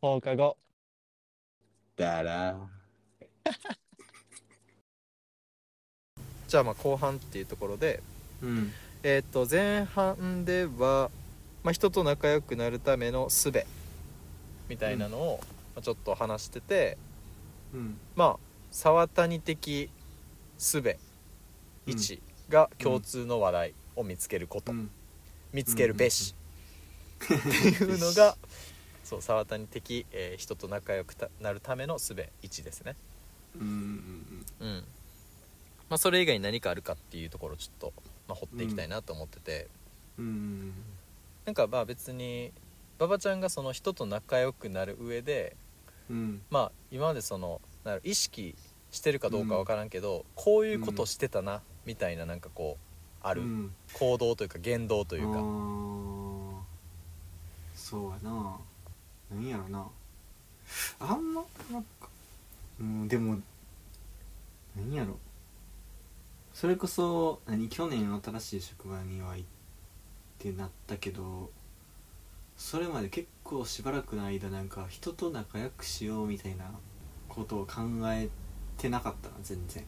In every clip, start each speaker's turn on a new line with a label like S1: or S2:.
S1: 放課後。
S2: だら
S3: じゃあまあ後半っていうところで、
S2: うん
S3: えー、と前半では、まあ、人と仲良くなるための術みたいなのをまあちょっと話してて、
S2: うん
S3: まあ沢谷的術1が共通の話題を見つけること、
S2: ん
S3: 見つけるべし、っていうのがそう沢谷的、えー人と仲良くたなるための術1ですね。
S2: うんうん
S3: うんまあ、それ以外に何かあるかっていうところをちょっと、まあ、掘っていきたいなと思ってて、
S2: うん
S3: なんかまあ別に馬場ちゃんがその人と仲良くなる上で
S2: うん
S3: まあ今までそのなんだろう意識してるかどうかわからんけど、こういうことしてたなみたいななんかこうあ
S2: あ
S3: る行動というか言動と
S2: と
S3: いうか、
S2: そうやな何やろなあんまなんかうんでも何やろそれこそ何去年新しい職場には行ってなったけどそれまで結構しばらくの間なんか人と仲良くしようみたいなことを考えてなかったな全然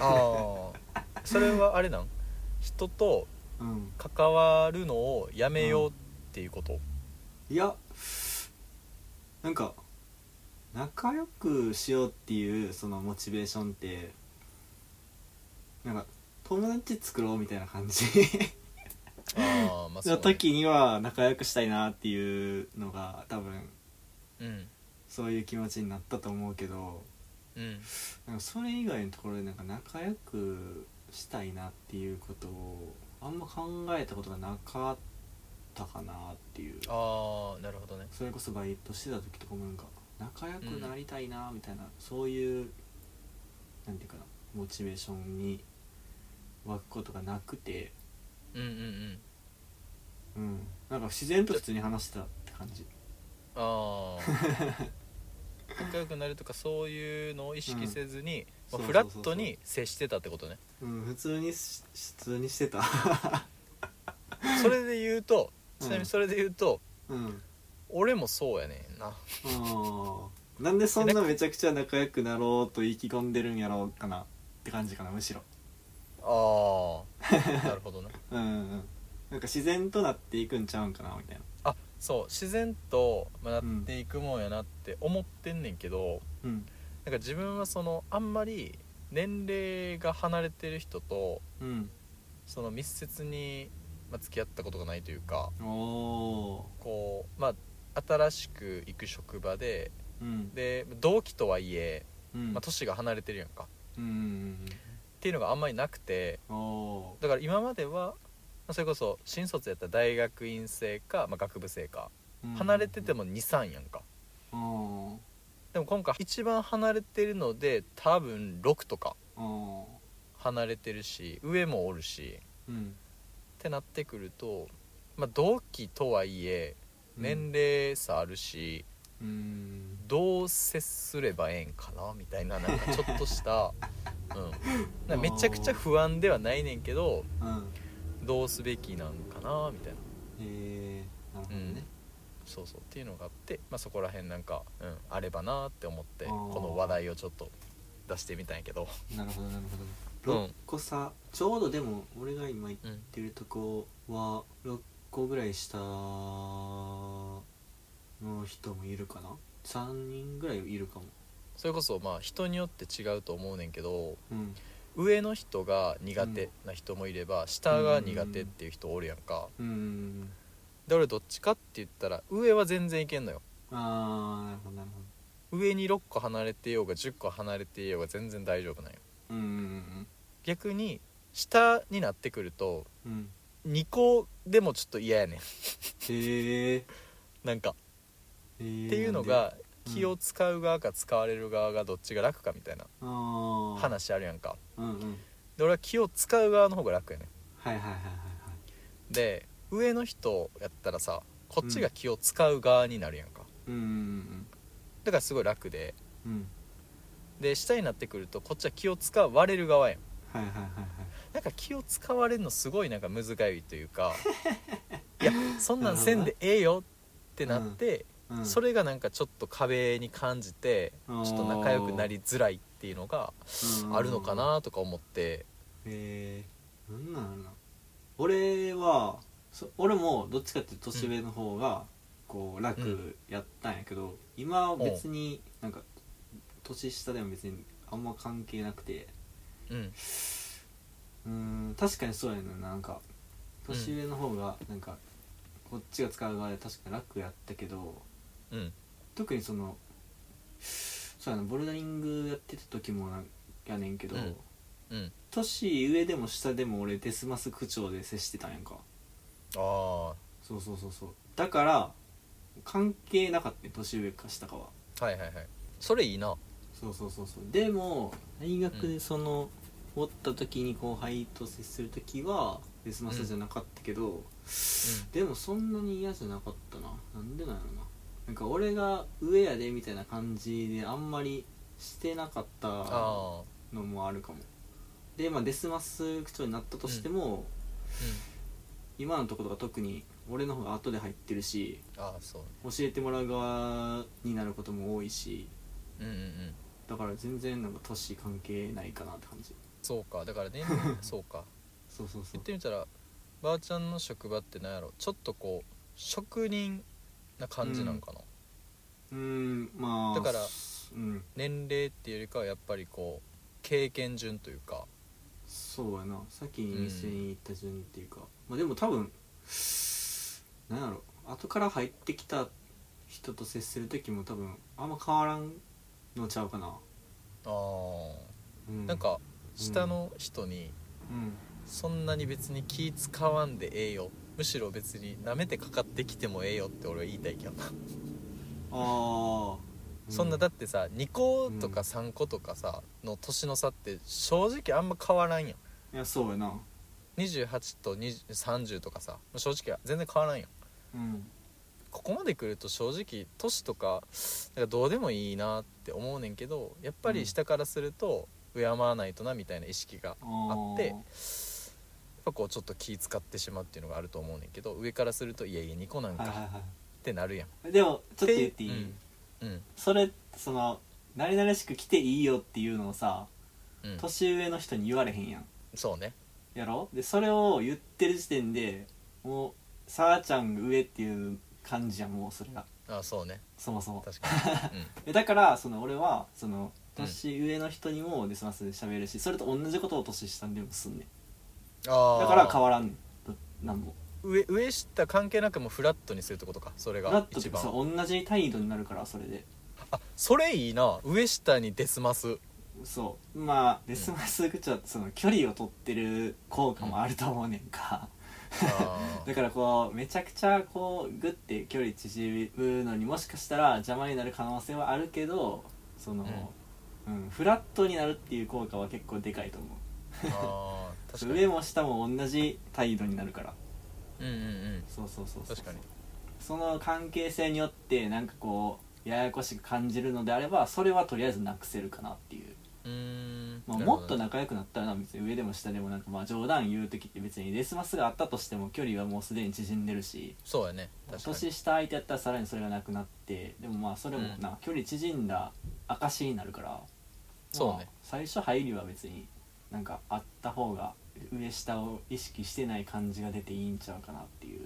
S3: ああそれはあれなん人と
S2: うん
S3: 関わるのをやめようっていうこと、
S2: いやなんか仲良くしようっていうそのモチベーションってなんか友達作ろうみたいな感じ
S3: ああまあそう
S2: の
S3: ね、
S2: 時には仲良くしたいなっていうのが多分
S3: うん
S2: そういう気持ちになったと思うけど
S3: うん
S2: なんかそれ以外のところでなんか仲良くしたいなっていうことをあんま考えたことがなかったかなっていう
S3: ああなるほどね
S2: それこそバイトしてた時とかもなんか仲良くなりたいなみたいな、そういうなんていうかなモチベーションに湧くことがなくて、
S3: うんうんうん
S2: うん、なんか自然と普通に話してたって感じ
S3: ああ 仲良くなるとかそういうのを意識せずに、
S2: うん
S3: まあ
S2: そ
S3: フ
S2: うそう
S3: ラ
S2: そうそう
S3: ットに接してたってこと ね
S2: うん普通にし普通にしてた
S3: それで言うと
S2: うん
S3: ちなみにそれで言うと、
S2: うん
S3: 俺もそうやねんな
S2: あーなんでそんなめちゃくちゃ仲良くなろうと意気込んでるんやろうかなって感じかなむしろ
S3: あ あなるほどな
S2: うんうんうんなんか自然となっていくんちゃうんかなみたいな
S3: あそう自然とまあなっていくもんやなって思ってんねんけど、
S2: うん
S3: なんか自分はそのあんまり年齢が離れてる人と
S2: うん
S3: その密接にまあ付き合ったことがないというか
S2: おお
S3: こうまあ新しく行く職場で
S2: ーうん
S3: で同期とはいえ、
S2: うん
S3: まあ、年が離れてるやんかっ
S2: うんうん
S3: ていうのがあんまりなくて
S2: うんお
S3: だから今まではまあそれこそ新卒やったら大学院生か、まあ、学部生か
S2: ー
S3: 離れてても23やんか
S2: うんうん
S3: でも今回一番離れてるので多分6とか離れてるし上もおるし
S2: うん
S3: ってなってくると、まあ、同期とはいえ年齢差あるし、
S2: うん
S3: どう接すればええんかなみたいななんかちょっと した、うん、なんかめちゃくちゃ不安ではないねんけど
S2: うん
S3: どうすべきなんかなみたいな
S2: えー、なるほどね、
S3: そうそうっていうのがあって、まあ、そこら辺なんか、うん、あればなって思って
S2: あー
S3: この話題をちょっと出してみたんやけど、
S2: なるほどなる
S3: う
S2: ほど
S3: ん
S2: 6個差ちょうどでも俺が今行っ
S3: うん、
S2: てるとこは6個ぐらい下の人もいるかな3人ぐらいいるかも
S3: それこそまあ人によって違うと思うねんけど
S2: うん
S3: 上の人が苦手な人もいれば、下が苦手っていう人おるやんか、
S2: うん
S3: で俺どっちかって言ったら上は全然いけんのよ
S2: ああなるほどなるほ
S3: 上に6個離れてようが10個離れてようが全然大丈夫なんよ
S2: どうん
S3: 逆に下になってくると
S2: うんうん
S3: 2個でもちょっと嫌やねん
S2: へえ
S3: なんか
S2: えー、
S3: っていうの
S2: なんで
S3: が気を使う側か使われる側がどっちが楽かみたいな
S2: あー
S3: 話あるやんか
S2: うんうん
S3: で俺は気を使う側の方が楽やね
S2: はいはいはいはい
S3: んで上の人やったらさこっちが気を使う側になるやんか
S2: うんうん
S3: だからすごい楽で
S2: うんうん
S3: で下になってくるとこっちは気を使われる側やん
S2: はいはいはいはい
S3: なんか気を使われるのすごいなんか 難しいというかいやそんなんせんでええよってなって、
S2: うん
S3: それがなんかちょっと壁に感じてち
S2: ち
S3: ょっと仲良くなりづらいっていうのがあるのかなとか思って
S2: えー、なんなんやろな俺はそ俺もどっちかっていうと年上の方がこう楽やったんやけど、今は別になんか年下でも別にあんま関係なくて
S3: うん
S2: うーん確かにそうやねんななんか年上の方がなんかこっちが使う側で確かに楽やったけど
S3: うん
S2: 特にそのそうやなボルダリングやってた時もなんやねんけど、
S3: うんうん
S2: 年上でも下でも俺デスマス口調で接してたんやんか
S3: あ
S2: そうそうそうそうだから関係なかったね年上か下かは
S3: あーはいはいはいそれいいな
S2: そうそうそうそうでも大学でその、おった時に後輩と接する時はデスマスじゃなかったけど、でもそんなに嫌じゃなかったななんでなんやろななんか俺が上やでみたいな感じであんまりしてなかった
S3: ああ
S2: のもあるかもでまあデスマス口調になったとしても、今のところが特に俺の方が後で入ってるし
S3: うんああそう
S2: 教えてもらう側になることも多いし
S3: うんうんうん
S2: だから全然なんか年関係ないかなって感じ
S3: そうかだからね そうか
S2: そうそうそ
S3: 言
S2: う
S3: ってみたらばあちゃんの職場ってなんやろちょっとこう職人な感じなんかな、
S2: うーんまあ
S3: だから
S2: うん
S3: 年齢っていうよりかはやっぱりこう経験順というか
S2: そうやな先に店に行った順にっていうか、まあでも多分なんやろ後から入ってきた人と接する時も多分あんま変わらんのちゃうかな、
S3: あー
S2: うん、
S3: なんか下の人に
S2: うん
S3: そんなに別に気使わんでええよむしろ別に舐めてかかってきてもええよって俺は言いたいけどな、
S2: ああ、
S3: そんなだ
S2: っ
S3: ってさ2個とか
S2: うん
S3: 3個とかさの年の差って正直あんま変わらんやん
S2: いやそうやな
S3: 28と20 30とかさ正直全然変わらんやん
S2: うん
S3: ここまで来ると正直都市とかなんかどうでもいいなって思うねんけどやっぱり下からすると敬わないとなみたいな意識がやっ
S2: あ
S3: ってぱこうちょっと気使ってしまうっていうのがあると思うねんけど上からするといやいや2個なん
S2: ーは
S3: か
S2: い
S3: っ
S2: は
S3: てなるやん
S2: いはいでもちょっと言っていい、
S3: うんうん
S2: それその慣れ慣れしく来ていいよっていうのをさ
S3: うん
S2: 年上の人に言われへんやん
S3: そうね
S2: やろでそれを言ってる時点でもうさあちゃんが上っていう感じやんもうそれが
S3: あそうね
S2: そもそも
S3: 確か に、
S2: えだからその俺はその
S3: うん
S2: 年上の人にもデスマスで喋るしそれと同じことを年下にでもすんねん
S3: うん、ああ
S2: だから変わらんねんどなんも
S3: 上上下関係なくもうフラットにするってことかそれ
S2: フラ
S3: が
S2: ットっ
S3: 一
S2: て
S3: 番
S2: そう同じ態度になるからそれで
S3: あそれいいな上下にデスマ ス
S2: そうまあデスマス口調ってその距離を取ってる効果もあると思うねんか、
S3: あー
S2: だからこうめちゃくちゃこうグッて距離縮むのにもしかしたら邪魔になる可能性はあるけどその、うんフラットになるっていう効果は結構でかいと思
S3: あー確
S2: う
S3: かに
S2: 上も下も同じ態度になるから
S3: うんうんうん
S2: そうそうそうそう
S3: 確かに
S2: その関係性によってなんかこうややこしく感じるのであればそれはとりあえずなくせるかなっていう、
S3: うーん
S2: まあ、
S3: なるほ
S2: も
S3: ど
S2: っと仲良くなったらな別に上でも下でもなんかまあ冗談言う時って別にレスマスがあったとしても距離はもうすでに縮んでるし
S3: そうやね確かに
S2: 年下相手やったらさらにそれがなくなってでもまあそれもな、距離縮んだ証になるから
S3: そうね
S2: まあ最初入りは別になんかあった方が上下を意識してない感じが出ていいんちゃうかなっていう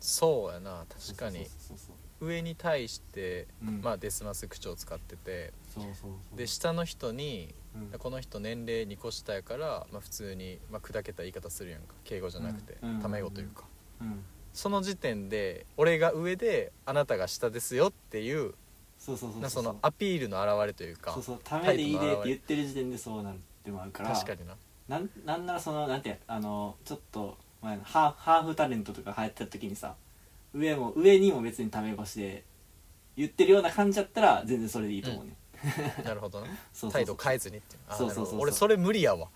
S3: そうやな確かに
S2: そうそう
S3: 上に対して、
S2: そううん
S3: まあ、デスマス口調を使ってて
S2: そうそうそう
S3: で下の人に
S2: うん
S3: この人年齢2個下やから、まあ、普通に、まあ、砕けた言い方するやんか敬語じゃなくて
S2: うん
S3: ため語というか
S2: うん
S3: その時点で俺が上であなたが下ですよっていう
S2: そうそうそう
S3: な
S2: う
S3: そのアピールの表れというか
S2: そうそうためでい
S3: 態度
S2: いでって
S3: の表れ
S2: 言ってる時点でそうなるってもあるから
S3: 確かに な
S2: なんなんならそのなんてあのちょっと前のハーハーフタレントとか流行ってた時にさ上も上にも別にタメ腰で言ってるような感じだったら全然それでいいと思うね、
S3: なるほどな
S2: そうそう
S3: 態
S2: そ
S3: 度
S2: う
S3: 変えずにっていうあー
S2: そう
S3: な
S2: そ
S3: る
S2: う
S3: ほ
S2: そう
S3: ど俺それ無理やわ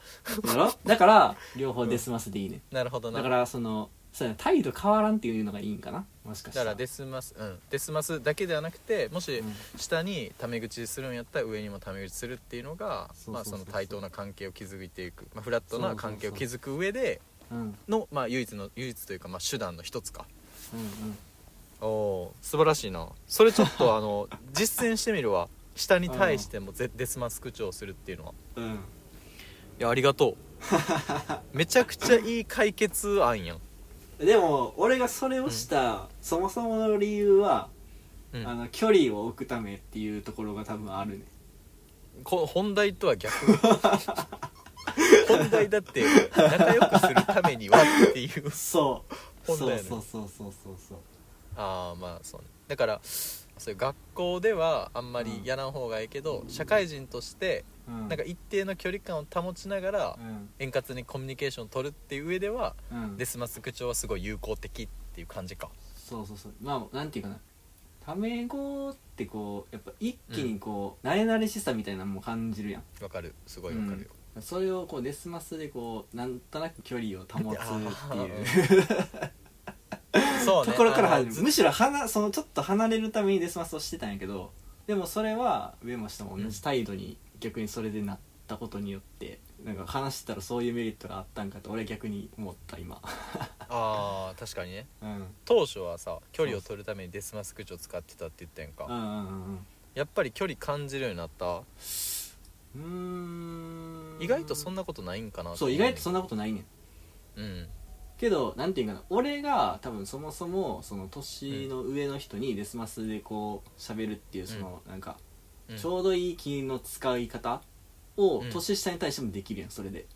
S2: だろだから両方デスマスでいいね、
S3: なるほどな
S2: だからそのそうやな態度変わらんっていうのがいいんかなもしかした
S3: だかららデスマスうんデスマスだけではなくてもし
S2: うん
S3: 下にタメ口するんやったら上にもタメ口するっていうのが
S2: そうそうそう
S3: まあその対等な関係を築いていく、まあ、フラットな関係を築く上で
S2: うんうん
S3: のまあ唯一の唯一というかまあ手段の一つか
S2: う
S3: お
S2: ん
S3: おー素晴らしいなそれちょっとあの 実践してみるわ下に対してもぜデスマスク調をするっていうのは
S2: うん
S3: いやありがと うめちゃくちゃいい解決案やん、
S2: でも俺がそれをした、そもそもの理由は、
S3: うん
S2: あの距離を置くためっていうところが多分あるね
S3: こ本題とは逆 本題だって仲良くするためにはっていう
S2: そう
S3: 本
S2: そうそう
S3: 題やね
S2: そうそうそうそう
S3: ああまあそうねだからそういう学校ではあんまりやらん方がいいけど、社会人として
S2: うん
S3: なんか一定の距離感を保ちながら
S2: うん
S3: 円滑にコミュニケーションを取るっていう上では
S2: うん
S3: デスマスク調はすごい有効的っていう感じか
S2: そうそうそうまあなんていうかなタメ語ってこうやっぱ一気にこう、慣れ慣れしさみたいなのも感じるやん
S3: わかるすごいわかるよ、
S2: それをこうデスマスでこうなんとなく距離を保つっていう
S3: そう
S2: と
S3: ね
S2: ころから
S3: あ
S2: 始
S3: の
S2: める
S3: ず
S2: むしろ離そのちょっと離れるためにデスマスをしてたんやけどでもそれは上も下も同じ態度に逆にそれでなったことによってなんか話してたらそういうメリットがあったんかと俺は逆に思った今
S3: あー確かにね
S2: うんうん
S3: 当初はさ距離を取るためにデスマスク調使ってたって言ったやん
S2: う
S3: か
S2: んうん
S3: やっぱり距離感じるようになった
S2: うんうーん
S3: 意外とそん
S2: な
S3: なことないんかな
S2: そう意外とそ
S3: ん
S2: んなことないねん
S3: うん
S2: けどなんていうんかな俺が多分そもそもその年の上の人にデスマスでこう喋るっていうそのなんか
S3: うん
S2: ちょうどいい気の使い方を
S3: うん
S2: 年下に対してもできるやんそれで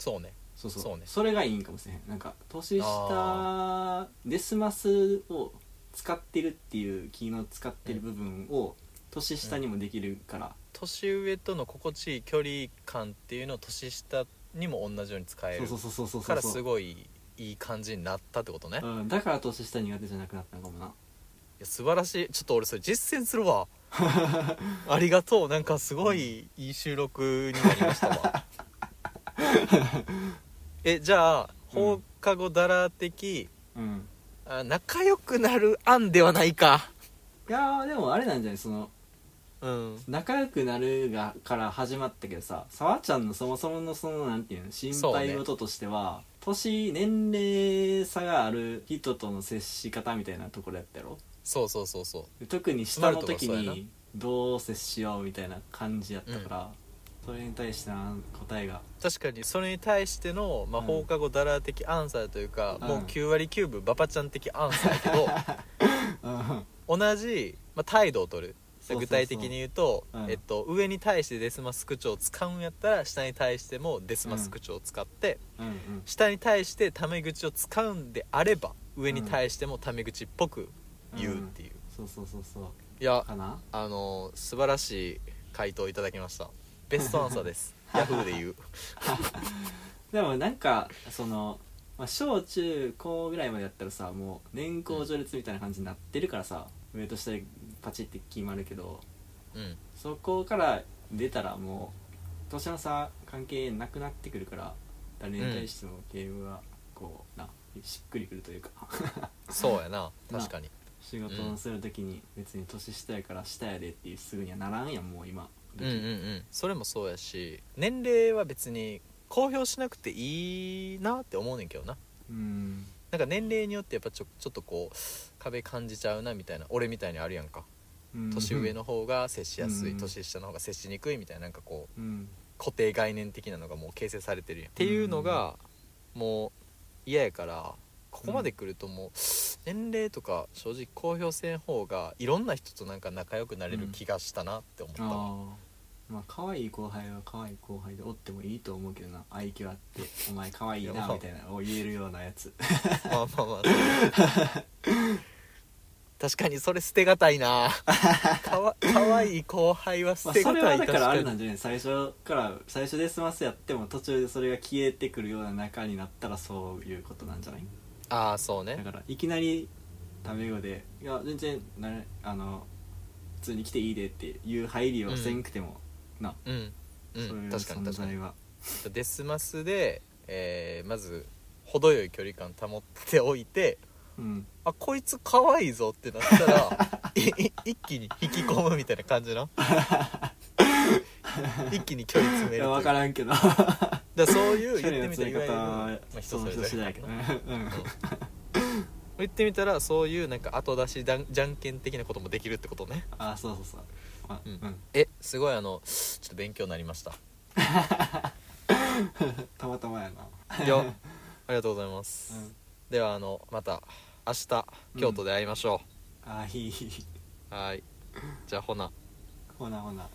S3: そうね
S2: そうそう
S3: そうね
S2: れがいいんかもしれへんなんか年下デスマスを使ってるっていう気の使ってる部分を年下にもできるから、
S3: 年上との心地いい距離感っていうのを年下にも同じように使える
S2: そうそうそうそう
S3: か
S2: そう
S3: ら
S2: そ
S3: す
S2: う
S3: ごいいい感じになったってことね、い
S2: うん、だから年下苦手じゃなくなったのかもな
S3: や素晴らしいちょっと俺それ実践する わありがとうなんかすごいいい収録になりました わえじゃあ放課後だら的、
S2: うん
S3: あ仲良くなる案ではないか
S2: いやーでもあれなんじゃないその
S3: うん
S2: 仲良くなるがから始まったけどささわちゃんのそもそものそのなんていうの心配事としては、年年齢差がある人との接し方みたいなところやったやろ
S3: そうそうそうそう
S2: で特に下の
S3: スマルトが
S2: 時
S3: そうやな
S2: にどう接しようみたいな感じやったから、それに対しての答えが
S3: 確かにそれに対しての、まあ、
S2: うん
S3: 放課後ダラー的アンサーというか、
S2: うん
S3: もう9割9分ババちゃん的アンサー やけ
S2: うん
S3: ど同じ、まあ、態度を取る
S2: そうそうそう
S3: 具体的に言うと、
S2: うん
S3: えっと、上に対してデスマスク調を使うんやったら下に対してもデスマスク調を使って、
S2: うんうん
S3: 下に対してタメ口を使うんであれば上に対してもタメ口っぽく言うっていう、
S2: そうそうそうそう
S3: いや
S2: かな
S3: あの素晴らしい回答いただきましたベストアンサーです ヤフーで言う
S2: でもなんかその、まあ、小中高ぐらいまでやったらさもう年功序列みたいな感じになってるからさ、上と下でパチって決まるけど
S3: うん
S2: そこから出たらもう年の差関係なくなってくるから誰に対してもゲームはこうなしっくりくるというか
S3: そうやな確かに
S2: 仕事をする時に別に年下やから下やでっていうすぐにはならんやんもう今
S3: うんうんうんそれもそうやし年齢は別に公表しなくていいなって思うねんけどな
S2: うん
S3: なんか年齢によってやっぱちょちょっとこう壁感じちゃうなみたいな俺みたいにあるやんか
S2: うん
S3: 年上の方が接しやすい、
S2: うん
S3: 年下の方が接しにくいみたいななんかこう
S2: うん
S3: 固定概念的なのがもう形成されてるやん、っていうのがもう嫌やからここまで来るともう年齢とか正直公表せん方がいろんな人となんか仲良くなれる気がしたなって思った
S2: あ
S3: わ、
S2: あまあ可愛い後輩は可愛い後輩でおってもいいと思うけどな愛嬌あ って「お前可愛い
S3: いや
S2: な」
S3: まあ
S2: みたいなのを言えるようなやつ
S3: まあまあまあ確かにそれ捨てがたいなかわかわいい後輩は
S2: ま
S3: 捨
S2: あ
S3: て
S2: そ
S3: が
S2: れ
S3: た
S2: はいだ
S3: 確
S2: からあ
S3: か
S2: れ
S3: に
S2: なんじゃない最初から最初で済ませやっても途中でそれが消えてくるような仲になったらそういうことなんじゃない
S3: ああそう
S2: だ
S3: ね
S2: からいきなりタメ語で「いや全然なれあの普通に来ていいで」っていう入りはせんくても、な、
S3: うん、う
S2: そうい
S3: ん、
S2: う
S3: 確かに確
S2: 存
S3: か
S2: 在
S3: に
S2: は
S3: デスマスで、えーまず程よい距離感保っておいて
S2: うん
S3: あこいつかわいいぞってなった らいい一気に引き込むみたいな感じな一気に距離詰
S2: い
S3: める
S2: や
S3: という
S2: 分か
S3: だから
S2: んけど距
S3: らそういう
S2: 離
S3: 言って
S2: の
S3: みたい
S2: 詰め
S3: わゆる
S2: 方
S3: ま
S2: は
S3: あ人そ
S2: その
S3: れぞ
S2: 人
S3: れ
S2: 次第
S3: だ
S2: か
S3: け
S2: な
S3: ど
S2: う ん
S3: うん言ってみたらそういうなんか後出しだんじゃんけん的なこともできるってことね
S2: あそうそうそうあ
S3: う
S2: うんん、
S3: えすごいあのちょっと勉強になりました
S2: たまたまやな、
S3: いやありがとうございます、
S2: うん、
S3: ではあのまた明日京都で会いましょ、
S2: あいいいいう
S3: はーいじゃあほな
S2: ほなほな